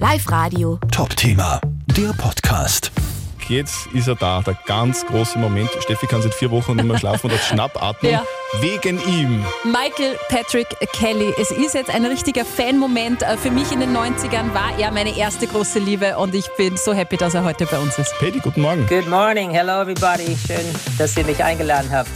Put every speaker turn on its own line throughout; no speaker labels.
Live Radio.
Top-Thema, der Podcast.
Jetzt ist er da, der ganz große Moment. Steffi kann seit vier Wochen nicht mehr schlafen und hat Schnappatmung.
Ja.
Wegen ihm.
Michael Patrick Kelly. Es ist jetzt ein richtiger Fan-Moment. äh, Für mich in den 90ern war er meine erste große Liebe und ich bin so happy, dass er heute bei uns ist.
Paddy, guten Morgen.
Good morning, hello everybody. Schön, dass ihr mich eingeladen habt.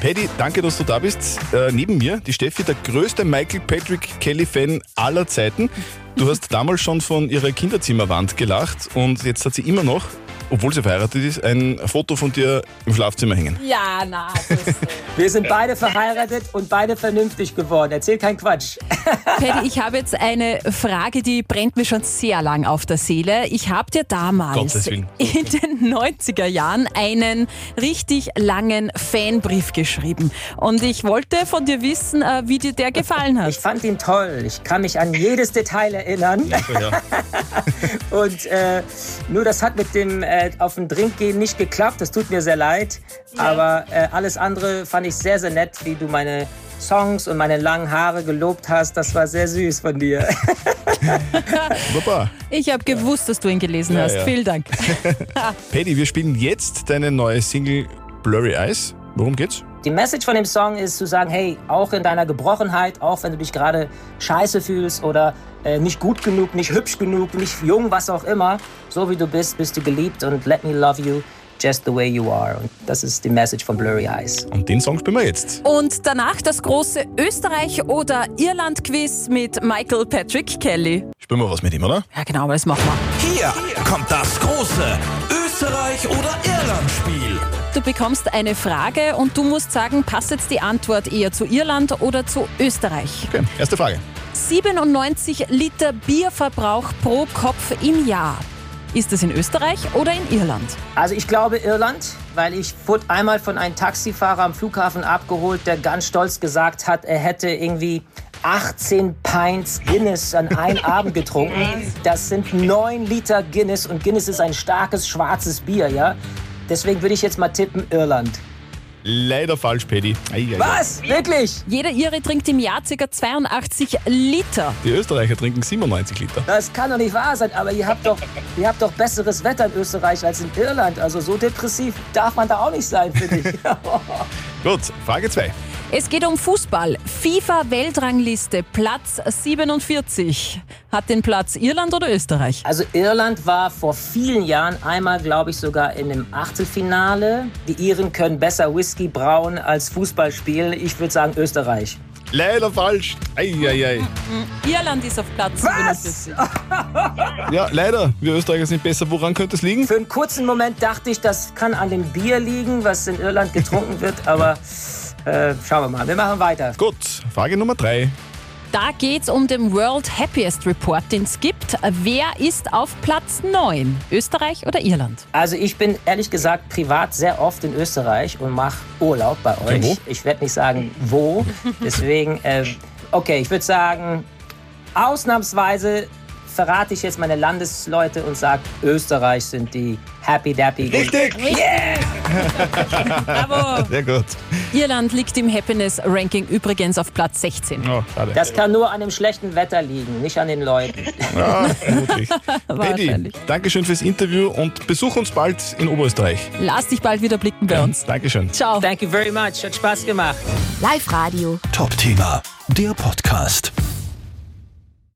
Paddy, danke, dass du da bist. Äh, neben mir, die Steffi, der größte Michael Patrick Kelly-Fan aller Zeiten. Du hast damals schon von ihrer Kinderzimmerwand gelacht und jetzt hat sie immer noch, obwohl sie verheiratet ist, ein Foto von dir im Schlafzimmer hängen.
Ja, na, das ist,
Wir sind beide verheiratet und beide vernünftig geworden. Erzähl keinen Quatsch.
Paddy, ich habe jetzt eine Frage, die brennt mir schon sehr lang auf der Seele. Ich habe dir damals
Gottes Willen.
in den 90er Jahren einen richtig langen Fanbrief geschrieben. Und ich wollte von dir wissen, äh, wie dir der gefallen
Ich
hat.
fand ihn toll. Ich kann mich an jedes Detail erinnern. Und äh, nur das hat mit dem äh, auf den Drink gehen nicht geklappt. Das tut mir sehr leid. Aber äh, alles andere fand ich sehr, sehr nett, wie du meine Songs und meine langen Haare gelobt hast. Das war sehr süß von dir.
Wunderbar.
Ich habe gewusst, dass du ihn gelesen
Ja,
hast.
ja.
Vielen Dank.
Paddy, wir spielen jetzt deine neue Single Blurry Eyes. Worum geht's?
Die Message von dem Song ist zu sagen, hey, auch in deiner Gebrochenheit, auch wenn du dich gerade scheiße fühlst oder äh, nicht gut genug, nicht hübsch genug, nicht jung, was auch immer, so wie du bist, bist du geliebt und let me love you just the way you are. Und das ist die Message von Blurry Eyes.
Und den Song spielen wir jetzt.
Und danach das große Österreich- oder Irland-Quiz mit Michael Patrick Kelly.
Spielen wir was mit ihm, oder?
Ja, genau, aber das machen wir.
Hier kommt das große Österreich- oder Irland-Spiel.
Du bekommst eine Frage und du musst sagen, passt jetzt die Antwort eher zu Irland oder zu Österreich?
Okay, erste Frage.
97 Liter Bierverbrauch pro Kopf im Jahr. Ist das in Österreich oder in Irland?
Also ich glaube Irland, weil ich wurde einmal von einem Taxifahrer am Flughafen abgeholt, der ganz stolz gesagt hat, er hätte irgendwie 18 Pints Guinness an einem Abend getrunken. Das sind 9 Liter Guinness und Guinness ist ein starkes schwarzes Bier, ja? Deswegen würde ich jetzt mal tippen Irland.
Leider falsch, Paddy. Ei, ei, ei.
Was? Wirklich?
Jeder Ire trinkt im Jahr ca. 82 Liter.
Die Österreicher trinken 97 Liter.
Das kann doch nicht wahr sein, aber ihr habt doch, ihr habt doch besseres Wetter in Österreich als in Irland. Also so depressiv darf man da auch nicht sein, finde ich.
Gut, Frage 2.
Es geht um Fußball. FIFA-Weltrangliste, Platz 47. Hat den Platz Irland oder Österreich?
Also Irland war vor vielen Jahren einmal, glaube ich, sogar in einem Achtelfinale. Die Iren können besser Whisky brauen als Fußball spielen. Ich würde sagen Österreich.
Leider falsch. Ei, ei, ei.
Irland ist auf Platz 47.
Ja, leider. Wir Österreicher sind besser. Woran könnte es liegen?
Für einen kurzen Moment dachte ich, das kann an dem Bier liegen, was in Irland getrunken wird. Aber äh, schauen wir mal. Wir machen weiter.
Gut, Frage Nummer 3.
Da geht's um den World Happiest Report, den es gibt. Wer ist auf Platz 9? Österreich oder Irland?
Also ich bin ehrlich gesagt privat sehr oft in Österreich und mache Urlaub bei euch.
wo?
Ich werde nicht sagen wo. Deswegen, äh, okay, ich würde sagen, ausnahmsweise verrate ich jetzt meine Landesleute und sage, Österreich sind die Happy Dappy.
Bravo!
Sehr gut.
Irland liegt im Happiness Ranking übrigens auf Platz 16.
Oh, schade.
Das kann nur an dem schlechten Wetter liegen, nicht an den Leuten.
ja, vermutlich. Ah, Paddy,
Wahrscheinlich.
Dankeschön fürs Interview und besuch uns bald in Oberösterreich.
Lass dich bald wieder blicken bei uns.
Dankeschön.
Ciao.
Thank you very much, hat Spaß gemacht.
Live Radio.
Top-Thema, der Podcast.